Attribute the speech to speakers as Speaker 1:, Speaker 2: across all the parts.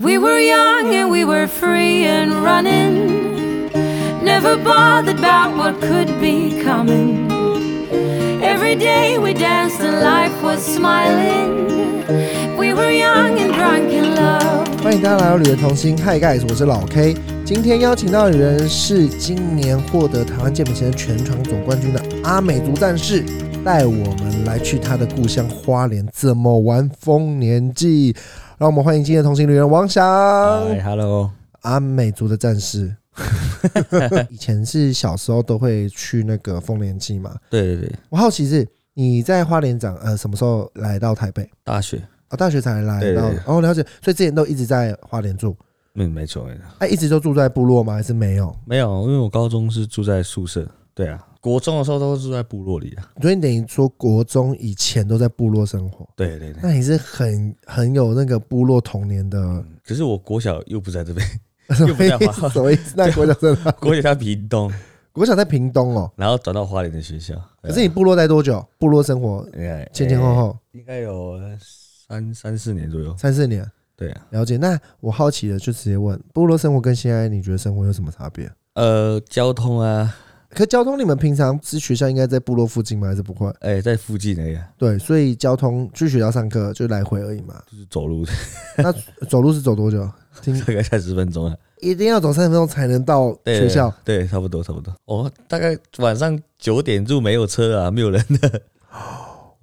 Speaker 1: We were young and we were free and running. Never bothered about what could be coming. Every day we danced and life was smiling. We were young and drunk in love.
Speaker 2: 欢迎大家来到《旅人同心》，Hi guys，我是老 K。今天邀请到的人是今年获得台湾健美先生全场总冠军的阿美族战士，带我们来去他的故乡花莲怎么玩丰年祭。让我们欢迎今天的同行旅人王翔，
Speaker 3: 嗨，Hello，
Speaker 2: 阿美族的战士。 以前是小时候都会去那个丰年祭嘛，
Speaker 3: 对对对，
Speaker 2: 我好奇是你在花莲长呃什么时候来到台北？
Speaker 3: 大学，
Speaker 2: 啊、大学才来
Speaker 3: 对
Speaker 2: 到
Speaker 3: 对对，
Speaker 2: 哦，了解，所以之前都一直在花莲住，
Speaker 3: 嗯，没错没错，
Speaker 2: 哎、一直都住在部落吗？还是没有？
Speaker 3: 没有，因为我高中是住在宿舍，对啊，国中的时候都住在部落里啊，
Speaker 2: 所以你等于说国中以前都在部落生活，
Speaker 3: 对对对，
Speaker 2: 那你是很很有那个部落童年的，
Speaker 3: 可是我国小又不在这边，
Speaker 2: 什
Speaker 3: 嗯又
Speaker 2: 么
Speaker 3: 不在
Speaker 2: 意
Speaker 3: 花
Speaker 2: 思？什么意思？那国小在哪？
Speaker 3: 国小在屏东，
Speaker 2: 国小在屏东哦，
Speaker 3: 然后转到花莲的学校，对啊哎
Speaker 2: 可是你部落待多久？部落生活
Speaker 3: 应该
Speaker 2: 前前后后
Speaker 3: 应该有呃三三四年左右，
Speaker 2: 三四年，
Speaker 3: 对啊，
Speaker 2: 了解。那我好奇的就直接问，部落生活跟现在你觉得生活有什么差别？
Speaker 3: 呃，交通啊，
Speaker 2: 可交通，你们平常是学校应该在部落附近吗？还是不会？
Speaker 3: 哎，在附近而已啊，
Speaker 2: 对，所以交通去学校上课就来回而已 嘛。
Speaker 3: 就是走路
Speaker 2: 那走路是走多久？听
Speaker 3: 大概才十分钟啊，
Speaker 2: 一定要走三十分钟才能到
Speaker 3: 对
Speaker 2: 学校，，
Speaker 3: 对，对差不多差不多，哦，大概晚上九点就没有车啊，没有人 的，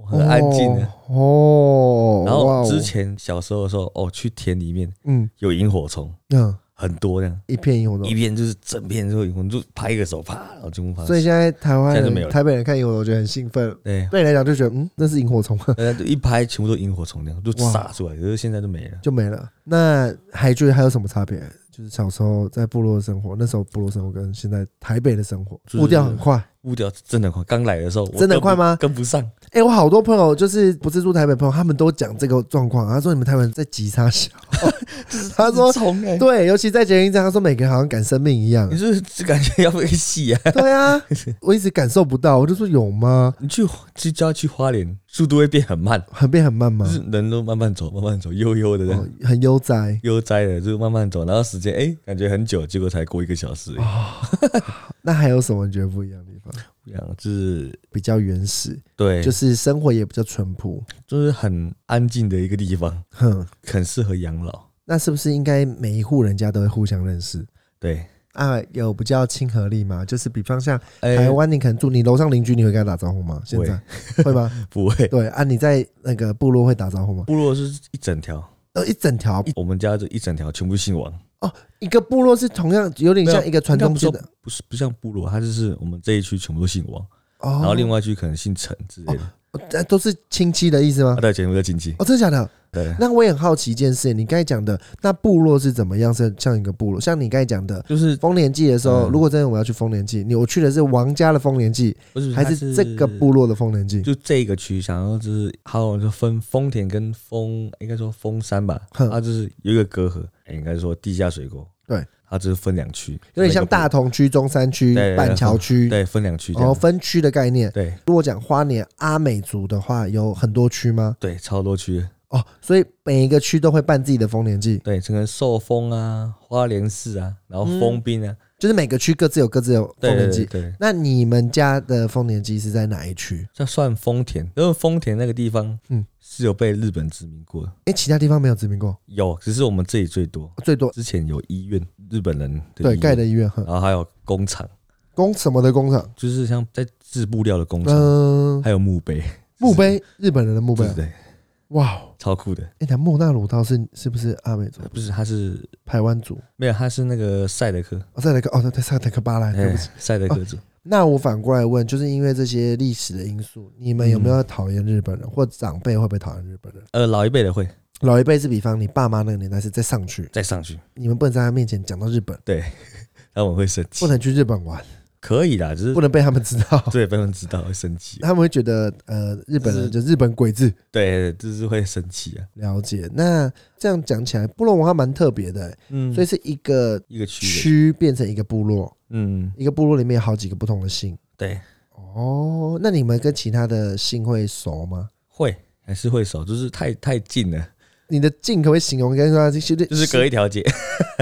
Speaker 3: 很安静啊的。
Speaker 2: 哦。哦
Speaker 3: 然
Speaker 2: 哇哦
Speaker 3: 后之前小时候的时候，哦，去田里面
Speaker 2: 嗯
Speaker 3: 有萤火虫，
Speaker 2: 嗯，
Speaker 3: 很多这样，
Speaker 2: 一片萤火
Speaker 3: 一
Speaker 2: 虫，
Speaker 3: 边就是整片都有萤火虫，就拍一个手，啪，然后就啪。
Speaker 2: 所以现在台湾
Speaker 3: 现在就没有
Speaker 2: 人、
Speaker 3: 了
Speaker 2: 台北人看萤火虫觉得很兴奋，
Speaker 3: 对，
Speaker 2: 对你来讲就觉得嗯，那是萤火虫吗
Speaker 3: 呃，就一拍全部都萤火虫那样，就撒出来，可是现在就没了。
Speaker 2: 就没了。那还觉得还有什么差别？就是小时候在部落的生活，那时候部落生活跟现在台北的生活
Speaker 3: 就是
Speaker 2: 步调很快。
Speaker 3: 步调真的快，刚来的时候我
Speaker 2: 真的
Speaker 3: 跟不
Speaker 2: 快吗
Speaker 3: 跟不上，
Speaker 2: 哎、我好多朋友就是不是住台北的朋友，他们都讲这个状况，他说你们台湾人在急差小， 他说
Speaker 3: 虫哎，
Speaker 2: 对，尤其在捷运站，他说每个人好像赶生命一样
Speaker 3: 你。是是感觉要被戏啊？
Speaker 2: 对啊，我一直感受不到，我就说有吗？
Speaker 3: 你去去就要去花莲，速度会变很慢，
Speaker 2: 很变很慢吗
Speaker 3: 就？是人都慢慢走，慢慢走，悠悠的这
Speaker 2: 嗯哦
Speaker 3: 样。
Speaker 2: 很悠哉。
Speaker 3: 悠哉的，就慢慢走，然后时间哎、感觉很久，结果才过一个小时而已，
Speaker 2: 那还有什么你觉得不一样的地方？
Speaker 3: 不一样，就是
Speaker 2: 比较原始，
Speaker 3: 对，
Speaker 2: 就是生活也比较淳朴。
Speaker 3: 就是很安静的一个地 方，
Speaker 2: 哼，
Speaker 3: 很适合养老。
Speaker 2: 那是不是应该每一户人家都会互相认识
Speaker 3: 对，
Speaker 2: 啊？有比较亲和力吗？就是比方像
Speaker 3: 哎
Speaker 2: 台湾，你可能住你楼上邻居，你会跟他打招呼吗？现
Speaker 3: 会
Speaker 2: 在会吗？
Speaker 3: 不会，
Speaker 2: 对啊，你在那个部落会打招呼吗？
Speaker 3: 部落是一整条，
Speaker 2: 呃，一整条
Speaker 3: 一我们家这一整条全部姓王，
Speaker 2: 一个部落是同样有点
Speaker 3: 没
Speaker 2: 像
Speaker 3: 有
Speaker 2: 一个传统
Speaker 3: 应该不是
Speaker 2: 间
Speaker 3: 说
Speaker 2: 的
Speaker 3: 不是不像部落，它就是我们这一区全部都姓王，
Speaker 2: 哦，
Speaker 3: 然后另外一区可能姓陈之类的，啊
Speaker 2: 呃都是亲戚的意思吗
Speaker 3: 他？的全部都亲戚。
Speaker 2: 哦，真的假的？
Speaker 3: 对，
Speaker 2: 那我也很好奇一件事，你刚才讲的那部落是怎么样？是像一个部落，像你刚才讲的
Speaker 3: 就是
Speaker 2: 丰年祭的时候，
Speaker 3: 嗯
Speaker 2: 如果真的我要去丰年祭，你我去的是王家的丰年祭，
Speaker 3: 不是
Speaker 2: 还
Speaker 3: 它
Speaker 2: 是这个部落的丰年祭？
Speaker 3: 就这个区，想要就是还有就分丰田跟丰，应该说丰山吧，
Speaker 2: 哼
Speaker 3: 它就是有一个隔阂，哎应该说地下水沟，
Speaker 2: 对，
Speaker 3: 它就是分两区，
Speaker 2: 有点像大同区、哦中山区
Speaker 3: 对对、对
Speaker 2: 板桥区，
Speaker 3: 对分两区这
Speaker 2: 然后
Speaker 3: 样，
Speaker 2: 分区的概念。
Speaker 3: 对
Speaker 2: 如果讲花莲阿美族的话，有很多区吗？
Speaker 3: 对，超多区的，
Speaker 2: 哦，所以每一个区都会办自己的丰年祭，
Speaker 3: 对，这个寿丰啊、花莲市啊，
Speaker 2: 嗯
Speaker 3: 然后丰滨啊，
Speaker 2: 就是每个区各自有各自的丰
Speaker 3: 对
Speaker 2: 年
Speaker 3: 对
Speaker 2: 祭。
Speaker 3: 对，
Speaker 2: 那你们家的丰年祭是在哪一区？
Speaker 3: 这算丰田，因为丰田那个地方，
Speaker 2: 嗯
Speaker 3: 嗯，是有被日本殖民过的，
Speaker 2: 哎，其他地方没有殖民过，
Speaker 3: 有，只是我们这里最多。
Speaker 2: 最多
Speaker 3: 之前有医院，日本人的医
Speaker 2: 对
Speaker 3: 院
Speaker 2: 盖的，医院，哼
Speaker 3: 然后还有工厂，
Speaker 2: 工什么的工厂？
Speaker 3: 就是像在制布料的工厂，
Speaker 2: 嗯，
Speaker 3: 还有墓碑，
Speaker 2: 墓碑，日本人的墓碑啊
Speaker 3: 对，对，
Speaker 2: 哇哦！
Speaker 3: 超酷的。
Speaker 2: 哎，那莫纳鲁道是是不是阿美族、
Speaker 3: 不是，他是
Speaker 2: 台湾族？
Speaker 3: 没有，他是那个赛德克，
Speaker 2: 哦，再来一个哦，对，再来一个巴莱， 对
Speaker 3: 哎
Speaker 2: 不起。
Speaker 3: 赛德克族，
Speaker 2: 那我反过来问，就是因为这些历史的因素，你们有没有讨厌日
Speaker 3: 嗯
Speaker 2: 本人，或长辈会不会讨厌日本人？
Speaker 3: 呃，老一辈的会
Speaker 2: 老一辈是比方你爸妈那个年代是再上去，
Speaker 3: 再上去，
Speaker 2: 你们不能在他面前讲到日本，
Speaker 3: 他们会生气
Speaker 2: 不，能去日本玩，
Speaker 3: 可以啦，只是
Speaker 2: 不能被他们知道，
Speaker 3: 对被他们知道会 生气，
Speaker 2: 他们会觉得呃，日本人就日本鬼子。
Speaker 3: 对，就是会生气啊，
Speaker 2: 了解，那这样讲起来，部落文化蛮特别的、
Speaker 3: 嗯，
Speaker 2: 所以是一个
Speaker 3: 一个区域，
Speaker 2: 区变成一个部落，
Speaker 3: 嗯，
Speaker 2: 一个部落里面有好几个不同的姓。
Speaker 3: 对，
Speaker 2: 哦，那你们跟其他的姓会熟吗？
Speaker 3: 会还是会熟，就是太太近了，
Speaker 2: 你的劲可不可以形容跟他就是
Speaker 3: 就是隔一条街，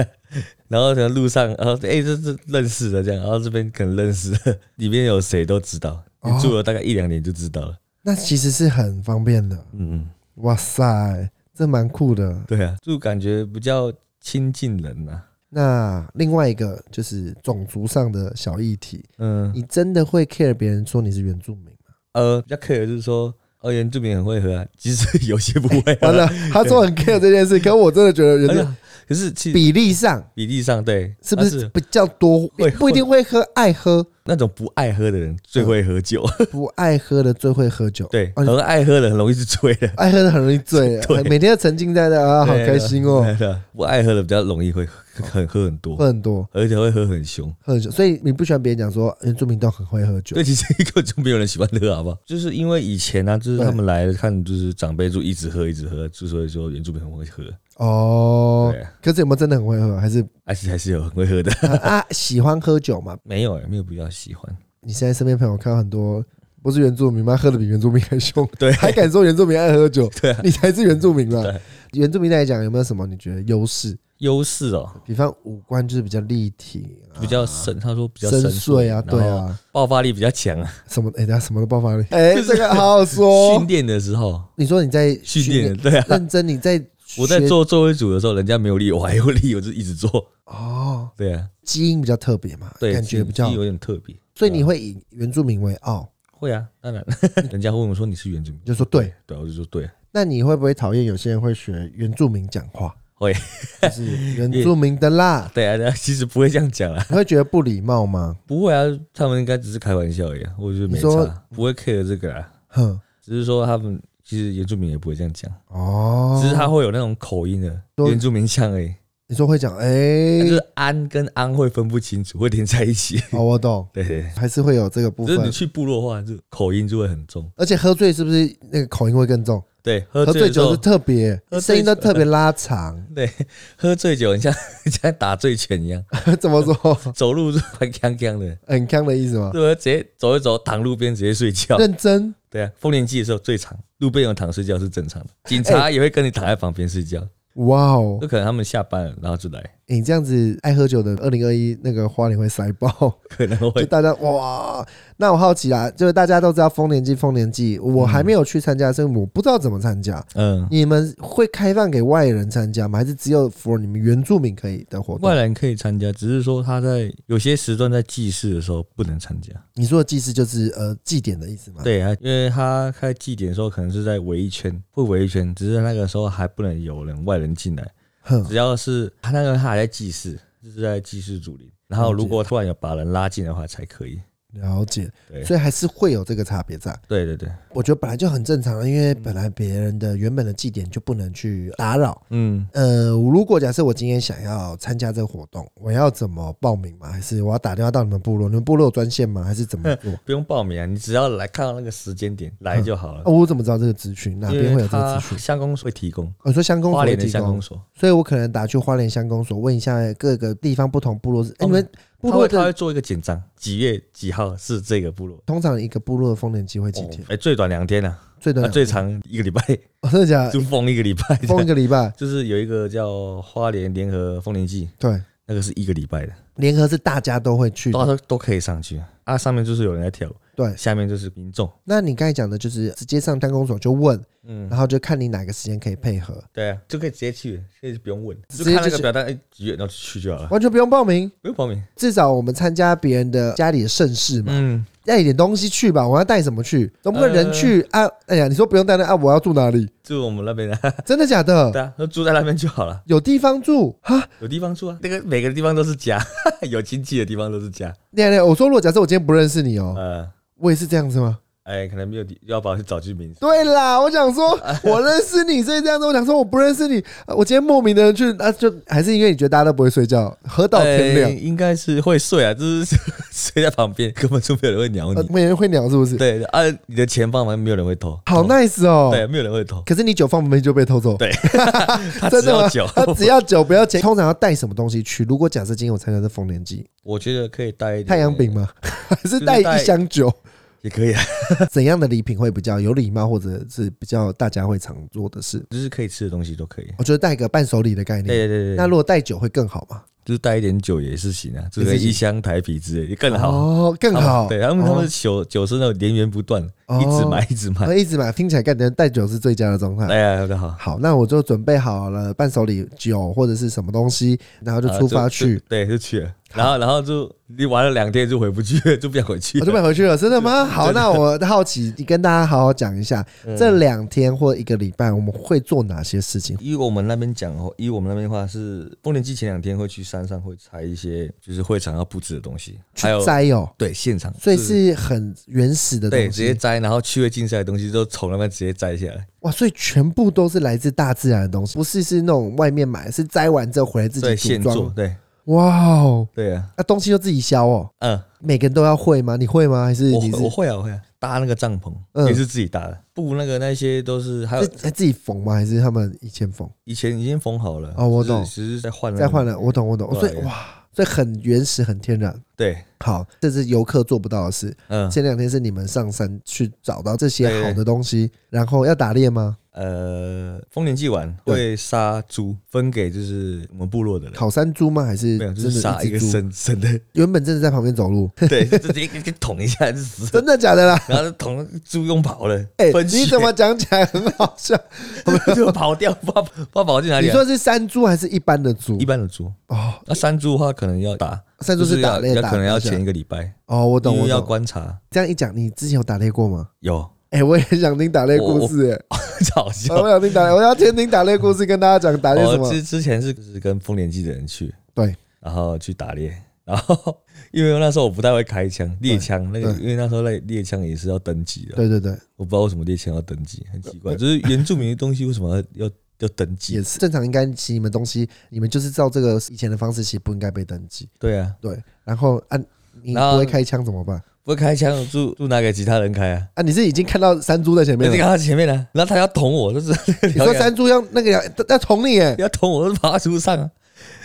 Speaker 3: 然后可能路上，然后哎、这是认识的这样，然后这边可能认识的，里面有谁都知道，你
Speaker 2: 哦
Speaker 3: 住了大概一两年就知道了。
Speaker 2: 那其实是很方便的。
Speaker 3: 嗯嗯，
Speaker 2: 哇塞，这蛮酷的。
Speaker 3: 对啊，住感觉比较亲近人呐、
Speaker 2: 那另外一个就是种族上的小议题，
Speaker 3: 嗯
Speaker 2: 你真的会 care 别人说你是原住民 吗？
Speaker 3: 呃，比较 care 就是说，哦，原住民很会喝啊，其实 有些不会、啊。
Speaker 2: 哎完了，他说很 care 这件事，可我真的觉得
Speaker 3: 哎
Speaker 2: 原住
Speaker 3: 呀，可是其实
Speaker 2: 比例上
Speaker 3: 比例上对，
Speaker 2: 是不
Speaker 3: 但
Speaker 2: 是比较多？
Speaker 3: 会
Speaker 2: 不一定会喝，爱喝
Speaker 3: 那种不爱喝的人
Speaker 2: 嗯
Speaker 3: 最会喝酒？
Speaker 2: 不爱喝的最会喝酒，
Speaker 3: 对，
Speaker 2: 哦你
Speaker 3: 很爱喝的很容易是醉的。
Speaker 2: 爱喝的很容易 醉，哎
Speaker 3: 对
Speaker 2: 每天都沉浸在那啊，好
Speaker 3: 对
Speaker 2: 开心哦，
Speaker 3: 对的，不爱喝的比较容易会很喝很多
Speaker 2: 喝，很多，
Speaker 3: 而且会喝很凶。
Speaker 2: 喝很久，所以你不喜欢别人讲说原住民都很会喝酒，
Speaker 3: 对，其实根本就没有人喜欢喝，好不好？就是因为以前呢、啊，就是他们来看，就是长辈就一直喝，一直喝，之所以说原住民很会喝，
Speaker 2: 哦
Speaker 3: 对。啊，
Speaker 2: 可是有没有真的很会喝？还是
Speaker 3: 还是还是有很会喝的。
Speaker 2: 啊喜欢喝酒嘛？
Speaker 3: 没有、欸，没有比较喜欢。
Speaker 2: 你现在身边朋友看到很多不是原住民吗？喝的比原住民还凶，
Speaker 3: 对
Speaker 2: 还敢说原住民爱喝酒，
Speaker 3: 对啊，
Speaker 2: 你才是原住民嘛
Speaker 3: 对？
Speaker 2: 原住民来讲有没有什么你觉得优势？
Speaker 3: 优势哦，
Speaker 2: 比方五官就是比较立体、啊
Speaker 3: 比较深，他说比较
Speaker 2: 深
Speaker 3: 邃
Speaker 2: 邃啊，对，
Speaker 3: 然后
Speaker 2: 啊，
Speaker 3: 爆发力比较强啊。
Speaker 2: 什么哎，等下什么都爆发 力，哎，
Speaker 3: 就是
Speaker 2: 这个好好说哦
Speaker 3: 训。练的时候，
Speaker 2: 你说你在
Speaker 3: 训练对啊，
Speaker 2: 认真，你在
Speaker 3: 我在
Speaker 2: 学
Speaker 3: 做座位组的时候，人家没有力，我还有力，我就一直做。
Speaker 2: 哦，
Speaker 3: 对啊，
Speaker 2: 基因比较特别嘛，
Speaker 3: 对，啊
Speaker 2: 感觉比较，
Speaker 3: 有点特别。
Speaker 2: 所以你会以原住民为傲，
Speaker 3: 会啊，当然， 人家会问我说你是原住民
Speaker 2: 你，就说对。
Speaker 3: 对啊，我就说对啊，
Speaker 2: 那你会不会讨厌有些人会学原住民讲话？
Speaker 3: 会，
Speaker 2: 就是原住民的 啦，
Speaker 3: 对啊，对啊，其实不会这样讲啦。
Speaker 2: 你会觉得不礼貌吗？
Speaker 3: 不会啊，他们应该只是开玩笑而已、啊，我觉得没
Speaker 2: 你说
Speaker 3: 差，不会 care 这个啦。
Speaker 2: 哼，
Speaker 3: 只是说他们其实原住民也不会这样讲，
Speaker 2: 哦，
Speaker 3: 只是他会有那种口音的
Speaker 2: 说
Speaker 3: 原住民腔而已，
Speaker 2: 你说会讲，哎、
Speaker 3: 但就是安跟安会分不清楚，会连在一起。
Speaker 2: 哦，我懂，
Speaker 3: 对对
Speaker 2: 还是会有这个部
Speaker 3: 对，就是
Speaker 2: 分
Speaker 3: 你。去部落的话，就口音就会很重。
Speaker 2: 而且喝醉是不是那个口音会更重？
Speaker 3: 对，喝
Speaker 2: 喝醉
Speaker 3: 醉的时
Speaker 2: 酒
Speaker 3: 候
Speaker 2: 是，特别
Speaker 3: 喝醉
Speaker 2: 声音都特别拉长，
Speaker 3: 对，喝醉酒，你像 你像打醉拳一样，
Speaker 2: 怎么说？
Speaker 3: 走路就快锵锵的，
Speaker 2: 很康的意思吗？
Speaker 3: 对吧？直接走一走，躺路边直接睡觉。
Speaker 2: 认真
Speaker 3: 对啊，丰年祭的时候最长，路边有躺睡觉是正常的，警察也会跟你躺在旁边睡觉。
Speaker 2: 哇哦！
Speaker 3: 有可能他们下班了，然后就来，
Speaker 2: 你这样子爱喝酒的，二零二一那个花莲会塞爆，
Speaker 3: 可能
Speaker 2: 就
Speaker 3: 会
Speaker 2: 大家哇。那我好奇啦，就是大家都知道丰年祭，丰年祭我还没有去参加，所以我不知道怎么参加。
Speaker 3: 嗯，
Speaker 2: 你们会开放给外人参加吗？还是只有符合你们原住民可以的活动
Speaker 3: 外？人可以参加，只是说他在有些时段在祭祀的时候不能参加。
Speaker 2: 你说的祭祀就是呃祭典的意思吗？，
Speaker 3: 对啊，因为他开祭典的时候可能是在围一圈，会围一圈，只是那个时候还不能有人外人进来，
Speaker 2: 哼，
Speaker 3: 只要是他那个他还在祭祀，就是在祭祀祖灵。然后如果突然有把人拉进来的话才可以。
Speaker 2: 了解，
Speaker 3: 对
Speaker 2: 所以还是会有这个差别在。
Speaker 3: 对对对，
Speaker 2: 我觉得本来就很正常，啊因
Speaker 3: 嗯
Speaker 2: 为本来别人的原本的祭典就不能去打扰。
Speaker 3: 嗯，
Speaker 2: 呃，如果假设我今天想要参加这个活动，我要怎么报名吗？还是我要打电话到你们部落？你们部落有专线吗？还是怎么做？
Speaker 3: 不用报名啊，你只要来看到那个时间点来就好了。
Speaker 2: 哦、我怎么知道这个资讯？哪啊边
Speaker 3: 因
Speaker 2: 会有
Speaker 3: 为
Speaker 2: 这个
Speaker 3: 他
Speaker 2: 资讯？
Speaker 3: 乡公所会提供，
Speaker 2: 我、你说乡公所
Speaker 3: 花
Speaker 2: 会
Speaker 3: 莲的
Speaker 2: 提
Speaker 3: 乡公
Speaker 2: 供，
Speaker 3: 所，
Speaker 2: 所以我可能打去花莲乡公所问一下各个地方不同部落是。哎、
Speaker 3: 哦
Speaker 2: 你们部
Speaker 3: 他
Speaker 2: 落
Speaker 3: 会他
Speaker 2: 的哦
Speaker 3: 会做一个简章，几月几号是这个部落，
Speaker 2: 通常一个部落的丰年祭会几
Speaker 3: 哦
Speaker 2: 天？
Speaker 3: 哎、最短两天啊，
Speaker 2: 最短
Speaker 3: 那
Speaker 2: 两
Speaker 3: 最
Speaker 2: 天、
Speaker 3: 长一个礼拜，
Speaker 2: 哦真的假的？
Speaker 3: 就封一个礼拜
Speaker 2: 封一个
Speaker 3: 的。
Speaker 2: 礼拜，
Speaker 3: 就是有一个叫花莲联合丰年祭，
Speaker 2: 对，
Speaker 3: 那个是一个礼拜的，
Speaker 2: 联合是大家都会去的。
Speaker 3: 都都可以上去啊。上面就是有人在跳舞，
Speaker 2: 对
Speaker 3: 下面就是民众。
Speaker 2: 那你刚才讲的就是直接上单公所就问，
Speaker 3: 嗯，
Speaker 2: 然后就看你哪个时间可以配合，
Speaker 3: 对啊，就可以直接去，可以不用问，
Speaker 2: 直
Speaker 3: 就
Speaker 2: 接
Speaker 3: 看
Speaker 2: 就是
Speaker 3: 那个表单，哎、几月，然后就去就好了，
Speaker 2: 完全不用报名。
Speaker 3: 不用报名。
Speaker 2: 至少我们参加别人的家里的盛事嘛，
Speaker 3: 嗯，
Speaker 2: 带一点东西去吧。我要带什么去？总不能人去
Speaker 3: 呃
Speaker 2: 啊？哎呀，你说不用带那啊？我要住哪里？
Speaker 3: 住我们那 边啊的，
Speaker 2: 真的假的？
Speaker 3: 对啊，就住在那边就好了，
Speaker 2: 有地方住哈？
Speaker 3: 有地方住啊。那个每个地方都是家， 有亲戚的地方都是家。
Speaker 2: 那那我说，如果假设我今天不认识你哦，
Speaker 3: 呃，
Speaker 2: 我也是这样子吗？
Speaker 3: 哎、可能没有地要不要去找居民
Speaker 2: 对啦，我想 说，我认识你，所以这样子。我想说，我不认识你，啊我今天莫名的去，啊，就还是因为你觉得大家都不会睡觉，喝到天亮
Speaker 3: 呃，应该是会睡啊，就是 睡在旁边，根本就没有人会鸟你。
Speaker 2: 呃没人会鸟是不是？
Speaker 3: 对啊，你的钱放旁边没有人会偷，
Speaker 2: 好 nice 哦。
Speaker 3: 对，没有人会偷。
Speaker 2: 可是你酒放旁边就被偷走，
Speaker 3: 对他
Speaker 2: 真
Speaker 3: 啊只
Speaker 2: 的吗
Speaker 3: 要？酒，
Speaker 2: 他 只要酒不要钱。通常要带什么东西去？如果假设今天我参加的丰年祭，
Speaker 3: 我觉得可以带一点
Speaker 2: 太阳饼吗？还是
Speaker 3: 嗯是
Speaker 2: 带
Speaker 3: 带
Speaker 2: 一箱酒？
Speaker 3: 也可以啊，
Speaker 2: 怎样的礼品会比较有礼貌，或者是比较大家会常做的事？
Speaker 3: 就是可以吃的东西都可以。
Speaker 2: 我觉得带个伴手礼的概念。
Speaker 3: 对对对
Speaker 2: 嗯那
Speaker 3: 对，
Speaker 2: 如果带酒会更好吗？
Speaker 3: 就是带一点酒也是行啊，就是一箱台啤之类的更好。
Speaker 2: 哦，更
Speaker 3: 他们
Speaker 2: 好。
Speaker 3: 对他们，他们
Speaker 2: 哦
Speaker 3: 酒酒是那种连源不断，
Speaker 2: 哦
Speaker 3: 一直买一直买。
Speaker 2: 我一直买，听起来感觉带酒是最佳的状态。
Speaker 3: 哎呀，那好，
Speaker 2: 好，那我就准备好了伴手礼酒或者是什么东西，然后就
Speaker 3: 啊
Speaker 2: 出发去，，
Speaker 3: 对，就去了。然后，然后就你玩了两天就回不去了，就 不想回去
Speaker 2: 哦我就
Speaker 3: 了。
Speaker 2: 买回去了。真的吗？好，那我好奇，你跟大家好好讲一下，
Speaker 3: 嗯
Speaker 2: 这两天或一个礼拜我们会做哪些事情？
Speaker 3: 以我们那边讲哦，以我们那边的话是丰年祭前两天会去山上会采一些就是会场要布置的东西，
Speaker 2: 去
Speaker 3: 还有
Speaker 2: 摘哦，
Speaker 3: 对现场，
Speaker 2: 所以是很原始的
Speaker 3: 对
Speaker 2: 东
Speaker 3: 直接
Speaker 2: 西
Speaker 3: 摘，然后趣味竞赛的东西都从那边直接摘下来，
Speaker 2: 哇，所以全部都是来自大自然的东西，不是是那种外面买，是摘完之后回来自
Speaker 3: 对
Speaker 2: 己
Speaker 3: 现
Speaker 2: 组
Speaker 3: 做，
Speaker 2: 装。
Speaker 3: 对
Speaker 2: 哇哦，
Speaker 3: 对啊，
Speaker 2: 那东西就自己削哦，
Speaker 3: 嗯，
Speaker 2: 每个人都要会吗？你会吗？还是
Speaker 3: 我
Speaker 2: 你
Speaker 3: 会
Speaker 2: 是
Speaker 3: 我会啊我会啊，搭那个帐篷
Speaker 2: 嗯
Speaker 3: 也是自己搭的，布那个那些都是还有
Speaker 2: 是是自己缝吗？还是他们以前缝？
Speaker 3: 以前已经缝好了
Speaker 2: 哦我
Speaker 3: 只是
Speaker 2: 懂
Speaker 3: 只是在换那
Speaker 2: 再
Speaker 3: 个
Speaker 2: 换了，我懂我懂，所
Speaker 3: 对
Speaker 2: 以哇，所以很原始很天然。
Speaker 3: 对，
Speaker 2: 好，这是游客做不到的事。
Speaker 3: 嗯
Speaker 2: 前两天是你们上山去找到这些
Speaker 3: 对
Speaker 2: 好的东西，然后要打猎吗？
Speaker 3: 呃，丰年祭完
Speaker 2: 对
Speaker 3: 会杀猪分给就是我们部落的人。
Speaker 2: 烤山猪吗？还是
Speaker 3: 没有，就
Speaker 2: 真
Speaker 3: 是杀
Speaker 2: 的
Speaker 3: 一
Speaker 2: 一
Speaker 3: 个
Speaker 2: 只猪？
Speaker 3: 生生的，
Speaker 2: 原本真的在旁边走路，
Speaker 3: 对，就直接给给捅一下就死了，
Speaker 2: 真的假的啦？
Speaker 3: 然后就捅猪用跑了，
Speaker 2: 哎、
Speaker 3: 分
Speaker 2: 你
Speaker 3: 尸
Speaker 2: 怎么讲起来很好笑？
Speaker 3: 就跑掉，不知道不知道跑 去哪里
Speaker 2: 你
Speaker 3: 啊。
Speaker 2: 说是山猪还是一般的猪？
Speaker 3: 一般的猪，
Speaker 2: 哦，
Speaker 3: 那山猪的话可能要打，
Speaker 2: 山猪
Speaker 3: 就是
Speaker 2: 打猎
Speaker 3: 要
Speaker 2: 打
Speaker 3: 要可能要
Speaker 2: 一下
Speaker 3: 前一个礼拜，
Speaker 2: 哦，我懂
Speaker 3: 因
Speaker 2: 我
Speaker 3: 为要哦
Speaker 2: 懂。
Speaker 3: 观察。
Speaker 2: 这样一讲，你之前有打猎过吗？
Speaker 3: 有，
Speaker 2: 哎、我也想听打猎故事、哎
Speaker 3: 好
Speaker 2: 啊
Speaker 3: 笑。
Speaker 2: 我想听打猎，我要先听打猎故事，跟大家讲打猎什么
Speaker 3: 我？之之前哦是就是跟丰年祭的人去，
Speaker 2: 对，
Speaker 3: 然后去打猎， 然后因为那时候我不太会开枪，猎枪那个，
Speaker 2: 对
Speaker 3: 因为那时候那猎枪也是要登记的，
Speaker 2: 对对对，
Speaker 3: 我不知道为什么猎枪要登记，很奇怪，就是原住民的东西为什么要要要登记
Speaker 2: 也？是正常，应该骑你们东西，你们就是照这个以前的方式骑，不应该被登记。
Speaker 3: 对啊，
Speaker 2: 对，然后啊，你
Speaker 3: 然后
Speaker 2: 不会开枪怎么办？
Speaker 3: 不会开枪就就拿给其他人开啊。
Speaker 2: 啊，你是已经看到山猪在前
Speaker 3: 没
Speaker 2: 面
Speaker 3: 有你
Speaker 2: 了，
Speaker 3: 看他前面呢、然后他要捅我，就是
Speaker 2: 你说山猪要那个要要捅你哎，
Speaker 3: 要捅我，就爬到树上啊，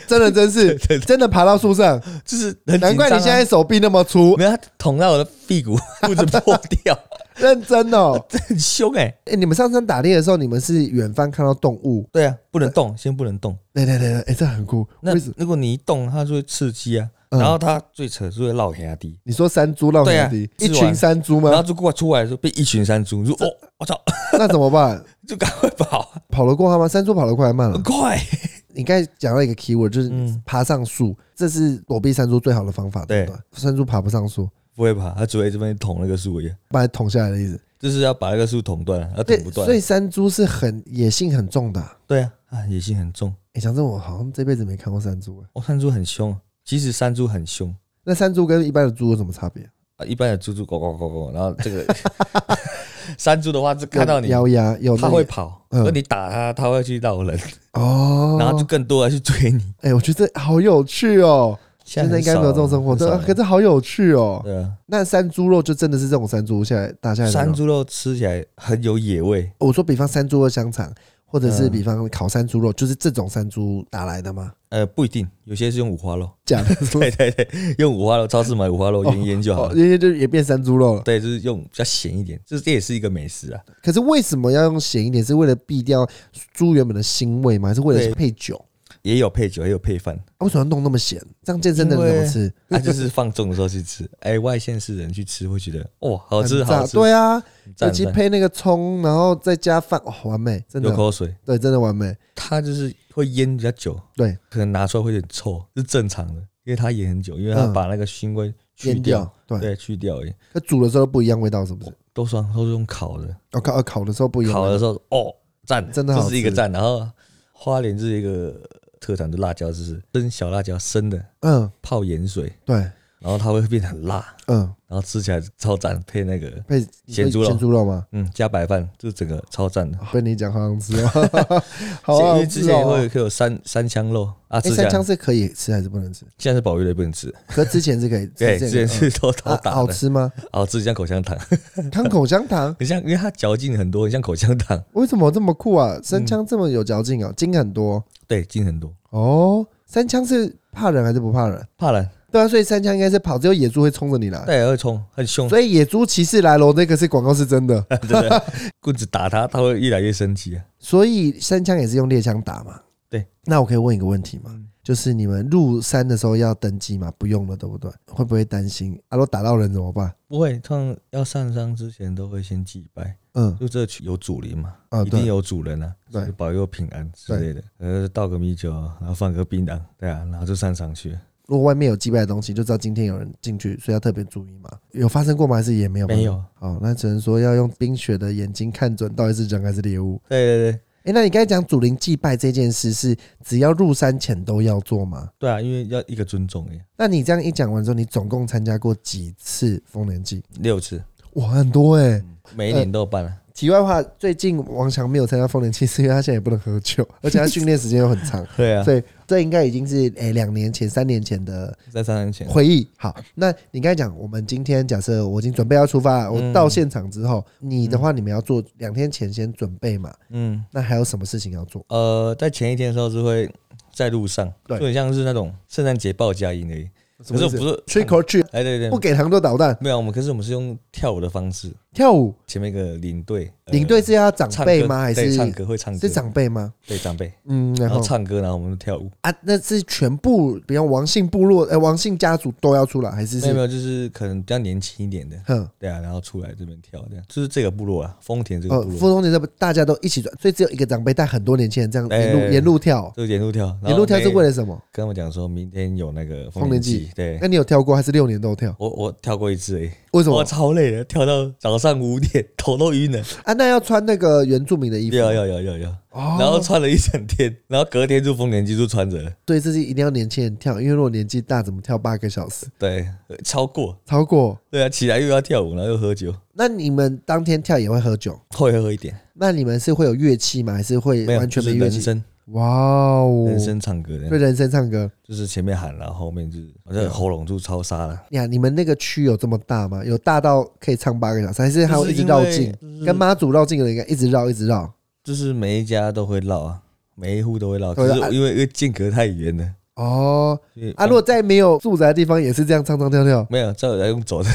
Speaker 2: 真的真 是
Speaker 3: 对
Speaker 2: 真的爬到树上，
Speaker 3: 就是 很、紧
Speaker 2: 难怪你现在
Speaker 3: 张啊
Speaker 2: 手臂那么粗，
Speaker 3: 没有他捅到我的屁股， 裤子破掉，
Speaker 2: 认真 哦。
Speaker 3: 这很凶哎、
Speaker 2: 哎，你们上山打猎的时候，你们是远方看到动物，
Speaker 3: 对啊，不能动，先不能动。
Speaker 2: 对对对对，哎，这很酷。
Speaker 3: 那
Speaker 2: 为什么？
Speaker 3: 如果你一动，它就会刺激啊，
Speaker 2: 嗯
Speaker 3: 然后它最扯是会落下地，
Speaker 2: 你说山猪让
Speaker 3: 对啊
Speaker 2: 你
Speaker 3: 吃
Speaker 2: 一
Speaker 3: 完
Speaker 2: 群山猪
Speaker 3: 然后
Speaker 2: 吗？
Speaker 3: 就过出来的时候被一群山猪，就哦，我操，
Speaker 2: 那怎么办？
Speaker 3: 就赶快跑，
Speaker 2: 跑得过它吗？山猪跑得快还慢了
Speaker 3: 很？快。
Speaker 2: 你刚才讲到一个 keyword，就是
Speaker 3: 嗯
Speaker 2: 爬上树，这是躲避山猪最好的方法，对不对？山猪爬不上树，
Speaker 3: 不会爬，它只会这边捅那个树叶，
Speaker 2: 把它捅下来的意思。
Speaker 3: 就是要把那个树捅断，要
Speaker 2: 对
Speaker 3: 捅不，断
Speaker 2: 所。以山猪是很野性很重的、啊。
Speaker 3: 对啊，啊，野性很重。
Speaker 2: 哎、讲真，我好像这辈子没看过山猪、欸。
Speaker 3: 哦，山猪很凶，其实山猪很凶
Speaker 2: 那山猪跟一般的猪有什么差别？
Speaker 3: 啊，一般的猪猪狗狗狗狗，然后这个 山猪的话，就看到你，
Speaker 2: 有獠牙，有那个
Speaker 3: 它会跑，
Speaker 2: 嗯
Speaker 3: 而你打它，它会去绕人，
Speaker 2: 哦。
Speaker 3: 然后就更多的去追你。
Speaker 2: 哎、我觉得这好有趣哦。现在
Speaker 3: 很
Speaker 2: 应该没有这种
Speaker 3: 少了
Speaker 2: 生活，
Speaker 3: 很
Speaker 2: 对
Speaker 3: 少
Speaker 2: 啊，
Speaker 3: 了
Speaker 2: 可是好有趣哦。
Speaker 3: 对啊，
Speaker 2: 那山猪肉就真的是这种山猪下来打下来的吗
Speaker 3: 山，猪肉吃起来很有野味，
Speaker 2: 我说比方山猪肉香肠，或者是
Speaker 3: 嗯
Speaker 2: 比方烤山猪肉，就是这种山猪打来的吗？
Speaker 3: 呃，不一定，有些是用五花肉，
Speaker 2: 假的，
Speaker 3: 对对对，用五花肉，超市买五花肉腌一腌就好
Speaker 2: 哦，
Speaker 3: 了。
Speaker 2: 这些就也变山猪肉了。
Speaker 3: 对，就是用比较咸一点，这这也是一个美食啊。
Speaker 2: 可是为什么要用咸一点？是为了避掉猪原本的腥味吗？还是为了
Speaker 3: 对
Speaker 2: 配酒？
Speaker 3: 也有配酒，也有配饭，
Speaker 2: 啊、为什么要弄那么咸？这样健身的
Speaker 3: 因
Speaker 2: 人
Speaker 3: 为
Speaker 2: 怎么吃？
Speaker 3: 那、就是放纵的时候去吃。哎、外县市人去吃会觉得，哇，好吃
Speaker 2: 很炸
Speaker 3: 好吃，
Speaker 2: 对啊，尤
Speaker 3: 赞
Speaker 2: 其
Speaker 3: 赞
Speaker 2: 配那个葱，然后再加饭，哦，完美，真
Speaker 3: 流
Speaker 2: 的，
Speaker 3: 口水。
Speaker 2: 对，真的完美。
Speaker 3: 它就是会腌比较久，
Speaker 2: 对，
Speaker 3: 可能拿出来会有点臭，是正常的，因为它腌很久，因为它
Speaker 2: 嗯
Speaker 3: 把那个腥味去
Speaker 2: 腌
Speaker 3: 掉，
Speaker 2: 掉，对，
Speaker 3: 对，去掉而已。
Speaker 2: 可煮的时候不一样味道，是不是？
Speaker 3: 都是都是用烤的，
Speaker 2: 哦，烤呃烤的时候不一样
Speaker 3: 烤
Speaker 2: 味
Speaker 3: 的
Speaker 2: 道，
Speaker 3: 时候哦，赞，
Speaker 2: 真的好
Speaker 3: 就是一个
Speaker 2: 吃
Speaker 3: 赞。然后花莲是一个特产的辣椒，就是生小辣椒生的
Speaker 2: 嗯，
Speaker 3: 泡盐水，
Speaker 2: 对，
Speaker 3: 然后它会变得很辣，
Speaker 2: 嗯，
Speaker 3: 然后吃起来超赞，配那个
Speaker 2: 配
Speaker 3: 咸猪肉
Speaker 2: 咸猪肉吗？
Speaker 3: 嗯加白饭，就整个超赞的。
Speaker 2: 被你讲好想吃 哦，好
Speaker 3: 因
Speaker 2: 啊，
Speaker 3: 为之前也会有会有三三枪肉啊，
Speaker 2: 哎，
Speaker 3: 吃起
Speaker 2: 三
Speaker 3: 来
Speaker 2: 枪是可以吃还是不能吃？
Speaker 3: 现在是保育类不能吃，
Speaker 2: 可之前是 可以，
Speaker 3: 对，之前
Speaker 2: 可以
Speaker 3: 是偷偷
Speaker 2: 嗯啊
Speaker 3: 打
Speaker 2: 好
Speaker 3: 的，
Speaker 2: 吃吗？
Speaker 3: 好吃像口香糖，
Speaker 2: 汤口香糖，
Speaker 3: 很像，因为它嚼劲很多，很像口香糖，嗯
Speaker 2: 哦为什么这么酷啊？生枪这么有嚼劲啊，筋很多
Speaker 3: 对，劲很多。
Speaker 2: 哦。三枪是怕人还是不怕人？
Speaker 3: 怕人，
Speaker 2: 对啊，所以三枪应该是跑，只有野猪会冲着你来。
Speaker 3: 但也会冲，很凶，
Speaker 2: 啊所以野猪骑士来喽，那个是广告是真 的。
Speaker 3: 对不对？棍子打他，他会越来越生气啊。
Speaker 2: 所以三枪也是用猎枪打嘛。
Speaker 3: 对，嗯
Speaker 2: 那我可以问一个问题吗？就是你们入山的时候要登记吗？不用了，对不对？会不会担心？啊，如果打到人怎么办？
Speaker 3: 不会，通常要上山之前都会先祭拜，
Speaker 2: 嗯，
Speaker 3: 就这区有祖灵嘛，
Speaker 2: 啊
Speaker 3: 一定
Speaker 2: 对
Speaker 3: 有主人啊，
Speaker 2: 对
Speaker 3: 就是保佑平安之类的。呃，倒个米酒，然后放个槟榔，对啊，然后就上山去了。
Speaker 2: 如果外面有击败的东西，就知道今天有人进去，所以要特别注意嘛。有发生过吗？还是也没有？
Speaker 3: 没。有，
Speaker 2: 哦，那只能说要用冰雪的眼睛看准到底是人还是猎物。
Speaker 3: 对对对，
Speaker 2: 诶，那你刚才讲祖灵祭拜这件事，是只要入山前都要做吗？
Speaker 3: 对啊，因为要一个尊重耶，
Speaker 2: 那你这样一讲完之后，你总共参加过几次丰年祭？
Speaker 3: 六次，
Speaker 2: 哇，很多诶。
Speaker 3: 每一年都有办啊。
Speaker 2: 题外话，最近王强没有参加丰年祭，是因为他现在也不能喝酒，而且他训练时间又很 长，
Speaker 3: 对啊，
Speaker 2: 所以这应该已经是诶两、年前、三年前的
Speaker 3: 在上山前，
Speaker 2: 回忆。好，那你刚才讲，我们今天假设我已经准备要出发了，我
Speaker 3: 嗯
Speaker 2: 到现场之后，你的话你们要做两天前先准备嘛？
Speaker 3: 嗯，
Speaker 2: 那还有什么事情要做？
Speaker 3: 呃，在前一天的时候是会在路上，
Speaker 2: 对
Speaker 3: 就很像是那种圣诞节报佳音而已。可是我不是
Speaker 2: 吹口去，
Speaker 3: 哎，对对，
Speaker 2: 嗯不给糖就捣蛋，
Speaker 3: 没有，我们可是我们是用跳舞的方式，
Speaker 2: 跳舞。
Speaker 3: 前面一个领队，呃
Speaker 2: 领队是要长
Speaker 3: 唱
Speaker 2: 辈
Speaker 3: 歌
Speaker 2: 吗？还
Speaker 3: 对
Speaker 2: 是
Speaker 3: 唱歌会唱歌？
Speaker 2: 是长辈吗？
Speaker 3: 对长辈，
Speaker 2: 嗯，然
Speaker 3: 然后
Speaker 2: 后
Speaker 3: 唱歌，然后我们跳舞。
Speaker 2: 啊，那是全部，比方王姓部落，呃，王姓家族都要出来，还是
Speaker 3: 没有没
Speaker 2: 是？
Speaker 3: 有，就是可能比较年轻一点的，
Speaker 2: 哼，
Speaker 3: 对啊，然后出来这边跳，这样就是这个部落啊，丰田这个
Speaker 2: 哦
Speaker 3: 部，
Speaker 2: 富
Speaker 3: 落，
Speaker 2: 东节这不大家都一起转，所以只有一个长辈带很多年轻人这样
Speaker 3: 哎
Speaker 2: 沿路沿路跳，
Speaker 3: 这个沿路跳，然后
Speaker 2: 沿路跳是
Speaker 3: 每
Speaker 2: 为了什么？
Speaker 3: 跟我讲说明天有那个
Speaker 2: 丰
Speaker 3: 丰
Speaker 2: 年
Speaker 3: 年
Speaker 2: 祭
Speaker 3: 祭，对
Speaker 2: 那你有跳过还是六年都跳？
Speaker 3: 我我跳过一次而已，
Speaker 2: 为什么
Speaker 3: 我超累的，跳到早上五点，头都晕了，
Speaker 2: 啊？那要穿那个原住民的衣服，
Speaker 3: 要要要要要，
Speaker 2: 哦
Speaker 3: 然后穿了一整天，然后隔天就丰年祭就穿着了，
Speaker 2: 对，这是一定要年轻人跳，因为如果年纪大，怎么跳八个小时？
Speaker 3: 对，呃超过，
Speaker 2: 超过
Speaker 3: 对啊，起来又要跳舞，然后又喝酒，
Speaker 2: 那你们当天跳也会喝酒？
Speaker 3: 会喝一点，
Speaker 2: 那你们是会有乐器吗？还是会
Speaker 3: 没有，
Speaker 2: 完全
Speaker 3: 就是
Speaker 2: 没乐
Speaker 3: 人
Speaker 2: 器？
Speaker 3: 声
Speaker 2: 哇哦，
Speaker 3: 人声唱歌
Speaker 2: 对
Speaker 3: 的，
Speaker 2: 人声唱歌
Speaker 3: 就是前面喊，然后后面就是我这
Speaker 2: 啊
Speaker 3: 喉咙就超沙了。
Speaker 2: 呀！你们那个区有这么大吗？有大到可以唱八个小时，还是还
Speaker 3: 就
Speaker 2: 会
Speaker 3: 是
Speaker 2: 一直
Speaker 3: 因
Speaker 2: 绕
Speaker 3: 为
Speaker 2: 境？
Speaker 3: 就是
Speaker 2: 跟妈祖绕境的人应该一直绕，一直绕。
Speaker 3: 就是每一家都会绕啊，每一户都会绕，
Speaker 2: 对
Speaker 3: 可
Speaker 2: 啊
Speaker 3: 是因为因为间隔太远了。
Speaker 2: 哦，
Speaker 3: 所以
Speaker 2: 啊，如果在没有住宅的地方也是这样唱唱跳跳。
Speaker 3: 没有，这我要用 走的，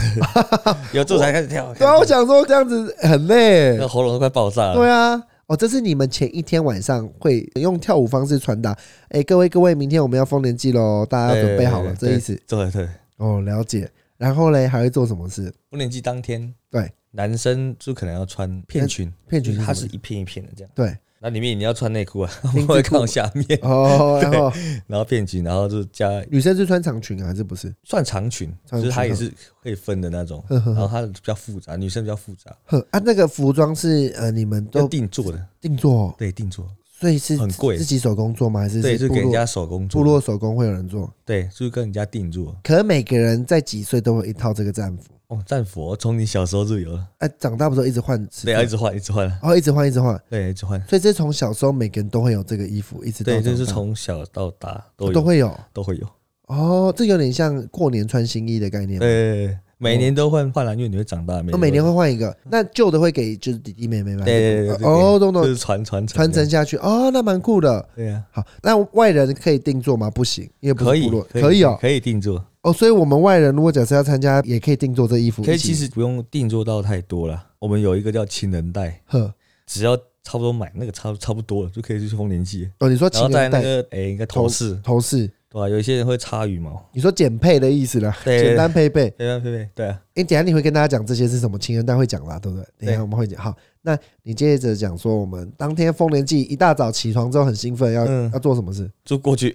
Speaker 3: 有坐才开始跳。
Speaker 2: 对啊，我想说这样子很累
Speaker 3: 那。喉咙都快爆炸了。
Speaker 2: 对啊，哦，这是你们前一天晚上会用跳舞方式传达。哎，各位各位，明天我们要丰年祭喽，大家要
Speaker 3: 对
Speaker 2: 啊准备好了，
Speaker 3: 对
Speaker 2: 这意思。
Speaker 3: 对对，
Speaker 2: 哦，了解。然后嘞，还会做什么事？
Speaker 3: 丰年祭当天，
Speaker 2: 对，
Speaker 3: 男生就可能要穿片裙，
Speaker 2: 片裙
Speaker 3: 就是是它
Speaker 2: 什
Speaker 3: 是
Speaker 2: 么
Speaker 3: 一片一片的这样，
Speaker 2: 对，
Speaker 3: 那里面你要穿内 裤啊，
Speaker 2: 丁字
Speaker 3: 我会
Speaker 2: 裤
Speaker 3: 看到下面，
Speaker 2: 哦，然后
Speaker 3: 然后片裙，然后就加
Speaker 2: 女生是穿长裙啊，还是不是？
Speaker 3: 算长裙，
Speaker 2: 长裙嗯
Speaker 3: 就是它也是会分的那种，
Speaker 2: 呵呵
Speaker 3: 然
Speaker 2: 呵
Speaker 3: 后它比较复杂，女生比较复杂，
Speaker 2: 呵啊，那个服装是呃，你们
Speaker 3: 要
Speaker 2: 都
Speaker 3: 定做的，
Speaker 2: 定做哦，
Speaker 3: 对，定做，
Speaker 2: 所以是
Speaker 3: 很贵
Speaker 2: 自己手工做吗？还是
Speaker 3: 对，就是
Speaker 2: 部
Speaker 3: 给人
Speaker 2: 落
Speaker 3: 家手工做
Speaker 2: 部，落手工会有人做？
Speaker 3: 对，就是跟人家定做。
Speaker 2: 可能每个人在几岁都会有一套这个战服，
Speaker 3: 哦，战佛从你小时候就有了，
Speaker 2: 哎、长大不是一直换尺寸，
Speaker 3: 对，啊要一直换，一直换，
Speaker 2: 然后一直换，一直换，
Speaker 3: 对，一直换，
Speaker 2: 所以这是从小时候每个人都会有这个衣服，一直到
Speaker 3: 对，就是
Speaker 2: 长大哦
Speaker 3: 从小到大都有，
Speaker 2: 都会有
Speaker 3: 都会有，
Speaker 2: 哦，这有点像过年穿新衣的概念。，
Speaker 3: 对，每年都换换了，因为你会长大，每
Speaker 2: 我哦每年
Speaker 3: 都
Speaker 2: 会换一个，那旧的会给就是弟弟妹妹嘛，
Speaker 3: 对，对对对对，
Speaker 2: 哦，懂
Speaker 3: 对就
Speaker 2: 懂，
Speaker 3: 是传传承
Speaker 2: 传承
Speaker 3: 的，
Speaker 2: 下去，哦，那蛮酷的。
Speaker 3: 对啊，
Speaker 2: 好，那外人可以定做吗？不行，因为不
Speaker 3: 可
Speaker 2: 是
Speaker 3: 以
Speaker 2: 部落，可以哦，
Speaker 3: 可以定做，
Speaker 2: 哦，所以我们外人如果假设要参加，也可以定做这衣服一起。
Speaker 3: 可以其实不用定做到太多了，我们有一个叫情人带，
Speaker 2: 呵，
Speaker 3: 只要差不多买那个差差不多了，就可以去丰年祭，
Speaker 2: 哦，你说
Speaker 3: 然后
Speaker 2: 情
Speaker 3: 在
Speaker 2: 人
Speaker 3: 那
Speaker 2: 带
Speaker 3: 个哎一个头饰，
Speaker 2: 头饰，
Speaker 3: 对啊吧？有一些人会插羽毛，
Speaker 2: 你说减配的意思啦，
Speaker 3: 对
Speaker 2: 简单配备。
Speaker 3: 对啊，对对对啊，
Speaker 2: 哎、等一下你会跟大家讲这些是什么？情人蛋会讲啦，对不对？等一下
Speaker 3: 对
Speaker 2: 我们会讲。好，那你接着讲说，我们当天丰年祭一大早起床之后很兴奋，要、
Speaker 3: 嗯
Speaker 2: 要做什么事？
Speaker 3: 就过去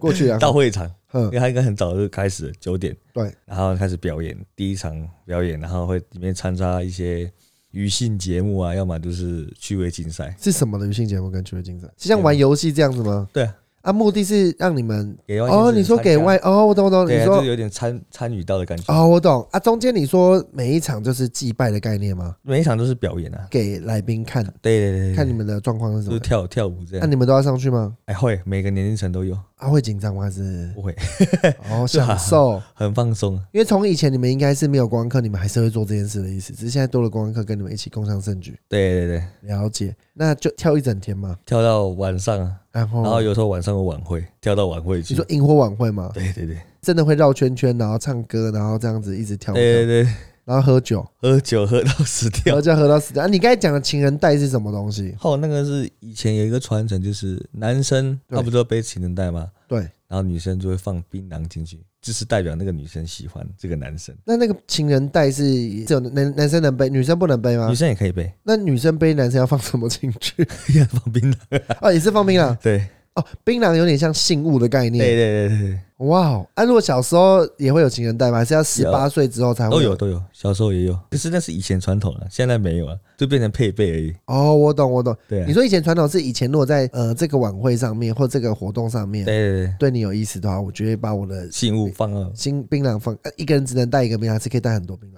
Speaker 2: 过去啊，
Speaker 3: 到会场。
Speaker 2: 嗯
Speaker 3: 因为他应该很早就开始了，九点，
Speaker 2: 对，
Speaker 3: 然后开始表演第一场表演，然后会里面掺杂一些娱性节目啊，要么就是趣味竞赛，
Speaker 2: 是什么的女性节目跟趣味竞赛？是像玩游戏这样子吗？
Speaker 3: 对啊，
Speaker 2: 啊，目的是让你们
Speaker 3: 给外县市
Speaker 2: 哦，你说
Speaker 3: 参
Speaker 2: 给
Speaker 3: 加
Speaker 2: 外，哦，我懂我懂，
Speaker 3: 对
Speaker 2: 你
Speaker 3: 啊，
Speaker 2: 说
Speaker 3: 就是有点参参与到的感觉。
Speaker 2: 哦，我懂啊。中间你说每一场就是祭拜的概念吗？
Speaker 3: 每一场都是表演啊，
Speaker 2: 给来宾看
Speaker 3: 对对对对，
Speaker 2: 看你们的状况是什
Speaker 3: 就是
Speaker 2: 么？
Speaker 3: 跳跳舞这
Speaker 2: 那
Speaker 3: 样，
Speaker 2: 你们都要上去吗？
Speaker 3: 哎会，每个年龄层都有，
Speaker 2: 啊，会紧张吗？还是
Speaker 3: 不会，
Speaker 2: 哦，
Speaker 3: 就
Speaker 2: 享
Speaker 3: 还好
Speaker 2: 受。
Speaker 3: 很放松。啊
Speaker 2: 因为从以前你们应该是没有观光课，你们还是会做这件事的意思，只是现在多了观光课，跟你们一起共襄盛举。
Speaker 3: 对对对，
Speaker 2: 了解，那就跳一整天嘛。
Speaker 3: 跳到晚上啊，
Speaker 2: 然后，
Speaker 3: 然后有时候晚上有晚会，跳到晚会去。
Speaker 2: 哦你说哦萤火晚会嘛，
Speaker 3: 对对对
Speaker 2: 真的会绕圈圈，然后唱歌，然后这样子一直跳，
Speaker 3: 对对对，
Speaker 2: 然后喝酒，
Speaker 3: 喝酒喝到死
Speaker 2: 然
Speaker 3: 掉
Speaker 2: 后。就喝到死掉。啊，你刚才讲的情人带是什么东西？
Speaker 3: 哦，那个是以前有一个传承，就是男生
Speaker 2: 对
Speaker 3: 他不是都背情人带吗？
Speaker 2: 对，
Speaker 3: 然后女生就会放槟榔进去，就是代表那个女生喜欢这个男生，
Speaker 2: 那那个情人带是只有男男生能背，女生不能背吗
Speaker 3: 女？生也可以背，
Speaker 2: 那女生背男生要放什么进去？
Speaker 3: 一样放槟榔。
Speaker 2: 哦，也是放槟榔
Speaker 3: 对
Speaker 2: 哦，槟榔有点像信物的概
Speaker 3: 嗯对
Speaker 2: 念。
Speaker 3: 对对对，
Speaker 2: 哇哦，啊，如果小时候也会有情人带吗？还是要十八岁之后才会
Speaker 3: 都有都有，小时候也有，可是那是以前传统了、现在没有啊，就变成配备而已。
Speaker 2: 哦，我懂，我懂。
Speaker 3: 对、啊，
Speaker 2: 你说以前传统是以前如果在呃这个晚会上面或这个活动上面
Speaker 3: 对对对，
Speaker 2: 对你有意思的话，我绝对把我的
Speaker 3: 信物放到，
Speaker 2: 新槟榔放，呃一个人只能带一个槟榔，还是可以带很多槟榔。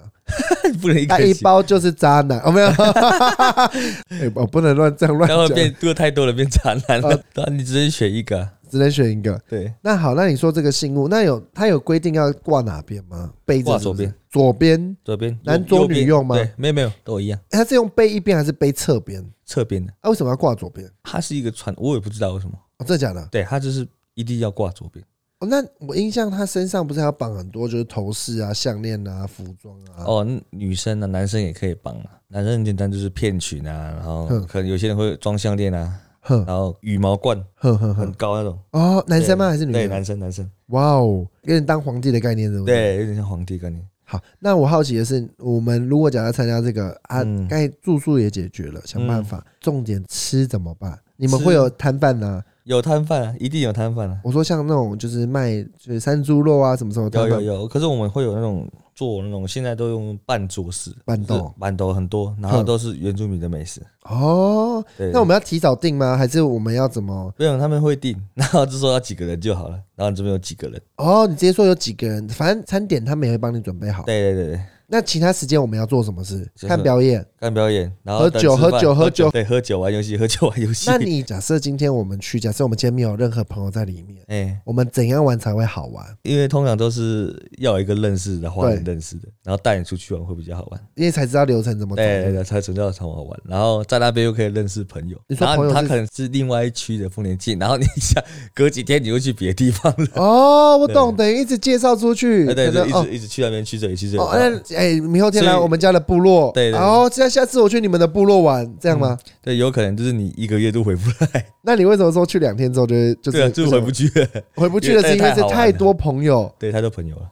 Speaker 3: 不能一
Speaker 2: 那
Speaker 3: 个
Speaker 2: 一
Speaker 3: 人包，
Speaker 2: 包就是渣男，哦没 有， 哎我不能乱这样乱
Speaker 3: 然后
Speaker 2: 讲
Speaker 3: 变，多太多了，变渣男了
Speaker 2: 哦。
Speaker 3: 然后你只能选一个啊、
Speaker 2: 只能选一个。
Speaker 3: 对，
Speaker 2: 那好，那你说这个信物，那有它有规定要挂哪边吗？背着
Speaker 3: 挂
Speaker 2: 是不是
Speaker 3: 左边，
Speaker 2: 左边，
Speaker 3: 左边
Speaker 2: 男
Speaker 3: 右
Speaker 2: 左
Speaker 3: 右
Speaker 2: 女
Speaker 3: 边
Speaker 2: 右吗
Speaker 3: 对，没有没有，都一样，
Speaker 2: 它是用背一边还是背侧边？
Speaker 3: 侧边的。
Speaker 2: 啊，为什么要挂左边？
Speaker 3: 它是一个传，我也不知道为什么。
Speaker 2: 哦，真的假的？
Speaker 3: 对，它就是一定要挂左边。
Speaker 2: 哦，那我印象他身上不是还要绑很多，就是头饰啊、项链啊、服装啊。
Speaker 3: 哦，那女生啊，男生也可以绑啊。男生很简单，就是片裙啊，然后
Speaker 2: 嗯
Speaker 3: 可能有些人会装项链啊，
Speaker 2: 哼
Speaker 3: 然后羽毛冠
Speaker 2: 哼嗯哼
Speaker 3: 很
Speaker 2: 哼。
Speaker 3: 高那种。
Speaker 2: 哦，男生吗？
Speaker 3: 对
Speaker 2: 还是女
Speaker 3: 对，
Speaker 2: 生？
Speaker 3: 男生男生，
Speaker 2: 哇哦，有点当皇帝的概念，是不是？。
Speaker 3: 对，有点像皇帝概念。
Speaker 2: 好，那我好奇的是，我们如果讲要参加这个啊，
Speaker 3: 嗯
Speaker 2: 该、住宿也解决了，想办法。重点吃怎么办？你们
Speaker 3: 吃
Speaker 2: 会有摊贩呐？
Speaker 3: 有摊贩啊，一定有摊贩啊，
Speaker 2: 我说像那种就是卖就是山猪肉啊，什么什么摊
Speaker 3: 有
Speaker 2: 贩
Speaker 3: 有有。可是我们会有那种做那种，现在都用半桌式，
Speaker 2: 板
Speaker 3: 就是
Speaker 2: 豆
Speaker 3: 板豆很多，然后
Speaker 2: 嗯
Speaker 3: 都是原住民的美食。
Speaker 2: 哦。
Speaker 3: 对，
Speaker 2: 那我们要提早订吗？还是我们要怎么？
Speaker 3: 不用他们会定，然后就说要几个人就好了，然后你这边有几个人。
Speaker 2: 哦，你直接说有几个人，反正餐点他们也会帮你准备好。
Speaker 3: 对对对对。
Speaker 2: 那其他时间我们要做什么事？
Speaker 3: 就是
Speaker 2: 看表演。
Speaker 3: 看表演，然后
Speaker 2: 喝
Speaker 3: 等
Speaker 2: 酒
Speaker 3: 吃
Speaker 2: 喝
Speaker 3: 饭
Speaker 2: 酒喝酒
Speaker 3: 对，喝酒玩游戏，喝酒玩游戏。
Speaker 2: 那你假设今天我们去，假设我们今天没有任何朋友在里面，
Speaker 3: 哎、
Speaker 2: 我们怎样玩才会好玩？
Speaker 3: 因为通常都是要有一个认识的华人
Speaker 2: 对
Speaker 3: 认识的，然后带你出去玩会比较好玩。
Speaker 2: 因为才知道流程怎么走。
Speaker 3: 对对对，才存在很好玩。然后在那边又可以认识朋友
Speaker 2: 你，说
Speaker 3: 然
Speaker 2: 朋
Speaker 3: 后
Speaker 2: 友
Speaker 3: 他
Speaker 2: 是
Speaker 3: 可能是另外一区的丰年祭，然后你想隔几天你又去别的地 方了，
Speaker 2: 哦，我
Speaker 3: 对
Speaker 2: 懂，等于一直介绍出去，
Speaker 3: 对对
Speaker 2: 可
Speaker 3: 对，
Speaker 2: 能
Speaker 3: 一
Speaker 2: 哦
Speaker 3: 直一直去那边去这里去这里。
Speaker 2: 哦，那哎，明后天来
Speaker 3: 所以
Speaker 2: 我们家的部落，
Speaker 3: 对对嗯对
Speaker 2: 然后下下次我去你们的部落玩，这样吗？
Speaker 3: 对，有可能就是你一个月都回不 来，
Speaker 2: 那你为什么说去两天之后就会就
Speaker 3: 对啊，
Speaker 2: 是
Speaker 3: 就回不去了。
Speaker 2: 回不去的是因为是
Speaker 3: 因为太好玩了
Speaker 2: 太多朋友
Speaker 3: 对，太多朋友了，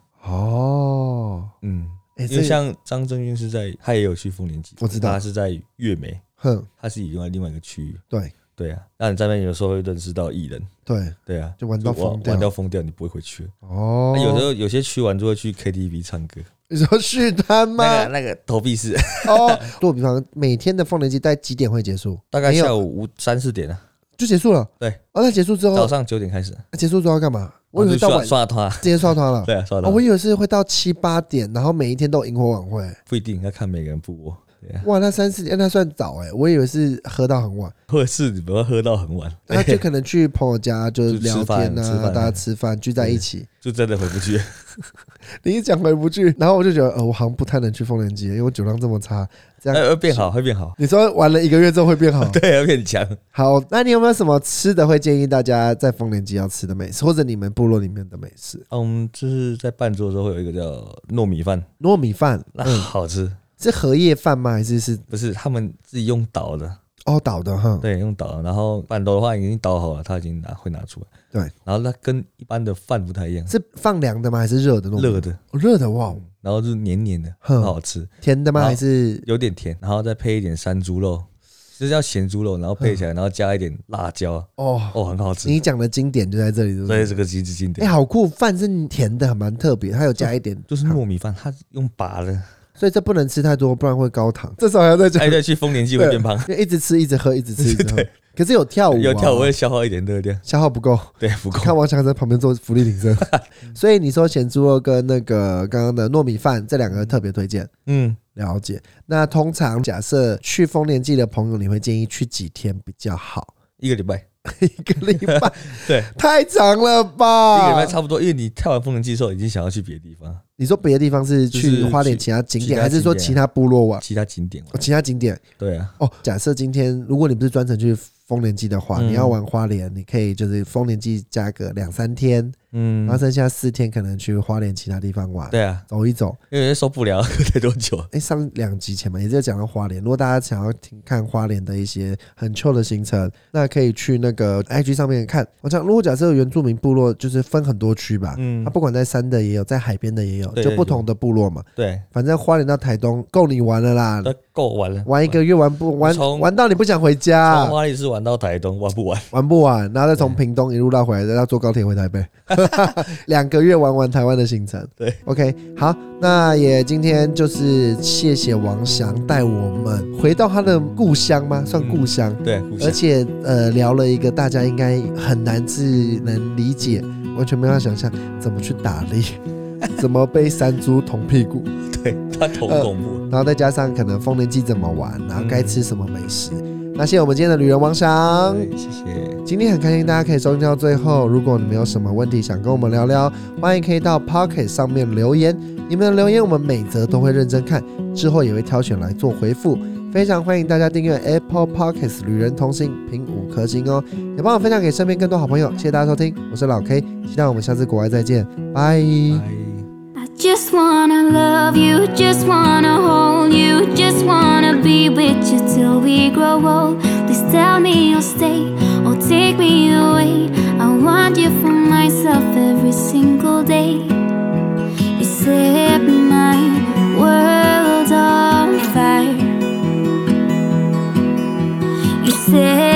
Speaker 2: 哦，
Speaker 3: 嗯。
Speaker 2: 哎，
Speaker 3: 因为
Speaker 2: 这
Speaker 3: 像张震岳是在，他也有去丰年祭，
Speaker 2: 我知道
Speaker 3: 他是在月眉，
Speaker 2: 哼，
Speaker 3: 它是以另外另外一个区域。
Speaker 2: 对
Speaker 3: 对啊，那你在那边有时候会认识到艺人，
Speaker 2: 对，
Speaker 3: 对啊，
Speaker 2: 就玩到疯
Speaker 3: 玩
Speaker 2: 掉
Speaker 3: 玩到疯掉，你不会回去了。
Speaker 2: 哦
Speaker 3: 那，有时候有些区玩就会去 KTV 唱歌，
Speaker 2: 你说续摊
Speaker 3: 哦那
Speaker 2: 吗
Speaker 3: 个？那个投币式，
Speaker 2: 哦，做比方，每天的丰年祭大概几点会结束？
Speaker 3: 大概
Speaker 2: 没有
Speaker 3: 下午五三四点啊，
Speaker 2: 就结束了。
Speaker 3: 对
Speaker 2: 哦，那结束之后
Speaker 3: 早，上九点开始，
Speaker 2: 那结束之后要干嘛？我以
Speaker 3: 就
Speaker 2: 为到
Speaker 3: 刷
Speaker 2: 晚直
Speaker 3: 刷团，
Speaker 2: 接刷团了。
Speaker 3: 对啊，刷
Speaker 2: 哦，
Speaker 3: 团
Speaker 2: 我以为是会到七八点，然后每一天都有萤火晚会。
Speaker 3: 不一定要看每个人不窝，对啊，
Speaker 2: 哇，那三四点那算早哎，我以为是喝到很晚，
Speaker 3: 或者是你不要喝到很晚，
Speaker 2: 那就可能去朋友家就是聊天
Speaker 3: 就吃饭吃
Speaker 2: 啊，
Speaker 3: 饭
Speaker 2: 大家吃饭聚在一起。
Speaker 3: 就真的回 不去。
Speaker 2: 你一讲回不去，然后我就觉得，呃，我好像不太能去丰年祭，因为我酒量这么差。这样
Speaker 3: 哎，会变好，会变好，
Speaker 2: 你说玩了一个月之后会变好？
Speaker 3: 对，会变强。啊
Speaker 2: 好，那你有没有什么吃的会建议大家在丰年祭要吃的美食，或者你们部落里面的美食？
Speaker 3: 嗯，就是在伴奏的时候会有一个叫糯米饭，
Speaker 2: 糯米饭
Speaker 3: 那好吃，
Speaker 2: 是荷叶饭吗？还是是
Speaker 3: 不是他们自己用捣的，
Speaker 2: 凹倒的哈？
Speaker 3: 对，用捣，然后半豆的话已经捣好了，它已经拿会拿出来。
Speaker 2: 对，
Speaker 3: 然后它跟一般的饭不太一样，
Speaker 2: 是放凉的吗？还是热的那种？
Speaker 3: 热的，
Speaker 2: 哦，热的哇，
Speaker 3: 然后就是黏黏的，
Speaker 2: 哼
Speaker 3: 很好吃，
Speaker 2: 甜的吗？
Speaker 3: 好
Speaker 2: 还是
Speaker 3: 有点甜，然后再配一点山猪肉，就是要咸猪肉，然后配起来，然后加一点辣椒，
Speaker 2: 哦？
Speaker 3: 哦，很好吃。
Speaker 2: 你讲的经典就在这里，对不
Speaker 3: 所以
Speaker 2: 对？
Speaker 3: 这个极致经
Speaker 2: 哎、
Speaker 3: 典，
Speaker 2: 好酷！饭是甜的，蛮特别，它有加一点，
Speaker 3: 就是糯米饭，它用拔的，
Speaker 2: 所以这不能吃太多，不然会高糖。至少还要再讲
Speaker 3: 哎，，对，去丰年祭会变胖，
Speaker 2: 就一直吃，一直喝，一直吃，一直 喝。可是有跳舞、啊，
Speaker 3: 有跳舞会消耗一点热量，
Speaker 2: 消耗不够。
Speaker 3: 对，不够。
Speaker 2: 看王强在旁边做福利挺身， 所以你说咸猪肉跟那个刚刚的糯米饭这两个特别推荐。
Speaker 3: 嗯，
Speaker 2: 了解。那通常假设去丰年祭的朋友，你会建议去几天比较好？
Speaker 3: 一个礼拜，
Speaker 2: 一个礼拜
Speaker 3: 对，
Speaker 2: 太长了
Speaker 3: 一个礼
Speaker 2: 吧
Speaker 3: 拜？差不多，因为你跳完风能季之后，已经想要去别的地方，
Speaker 2: 你说别的地方是
Speaker 3: 就是
Speaker 2: 去
Speaker 3: 去
Speaker 2: 花点其他景
Speaker 3: 其
Speaker 2: 点，
Speaker 3: 他
Speaker 2: 还是说
Speaker 3: 景点
Speaker 2: 其他
Speaker 3: 啊
Speaker 2: 部落玩？
Speaker 3: 其他景点玩
Speaker 2: 哦，其他景点
Speaker 3: 对啊，
Speaker 2: 哦。假设今天如果你不是专程去丰年祭的话，
Speaker 3: 嗯
Speaker 2: 你要玩花莲，你可以就是丰年祭加个两三天，
Speaker 3: 嗯
Speaker 2: 然后，剩下四天可能去花莲其他地方玩，
Speaker 3: 对啊，
Speaker 2: 走一走。
Speaker 3: 因为受不了 待多久，
Speaker 2: 哎、上两集前嘛，也是讲到花莲。如果大家想要听看花莲的一些很 chill 的行程，那可以去那个 IG 上面看。我讲，如果假设原住民部落就是分很多区吧，
Speaker 3: 嗯
Speaker 2: 它、不管在山的也有，在海边的也有，
Speaker 3: 对
Speaker 2: 就
Speaker 3: 对
Speaker 2: 不
Speaker 3: 对
Speaker 2: 同的部落嘛。
Speaker 3: 对，
Speaker 2: 反正花莲到台东够你玩了啦，
Speaker 3: 那够玩了，
Speaker 2: 玩一个月啊玩不玩
Speaker 3: 从
Speaker 2: 玩到你不想回
Speaker 3: 从
Speaker 2: 家，
Speaker 3: 花莲市玩到台东，玩不完，
Speaker 2: 玩不完，然后再从屏东一路绕回来，再要坐高铁回台北，两个月玩完台湾的行程。
Speaker 3: 对
Speaker 2: ，OK，好，那也今天就是谢谢王翔带我们回到他的故乡吗？算故乡。
Speaker 3: 对，互
Speaker 2: 而
Speaker 3: 相
Speaker 2: 且呃，聊了一个大家应该很难自能理解，完全没法想象怎么去打猎，怎么被山猪捅屁股，
Speaker 3: 对， 他头
Speaker 2: 呃
Speaker 3: 恐怖，
Speaker 2: 然后再加上可能丰年祭怎么玩，然后该
Speaker 3: 嗯
Speaker 2: 吃什么美食。那谢谢我们今天的旅人王翔。
Speaker 3: 对谢谢，
Speaker 2: 今天很开心大家可以收听到最后。如果你们有什么问题想跟我们聊聊，欢迎可以到 Pocket 上面留言。你们的留言我们每则都会认真看，之后也会挑选来做回复。非常欢迎大家订阅 Apple Pockets 旅人同行，评五颗星哦，也帮我分享给身边更多好朋友。谢谢大家收听，我是老 K，期待我们下次国外再见，拜。
Speaker 3: 拜。
Speaker 1: I just wanna love you, just wanna hold you, just wanna be with you till we grow old. Please tell me you'll stay or take me away. I want you for myself every single day. You set my world on fire. You set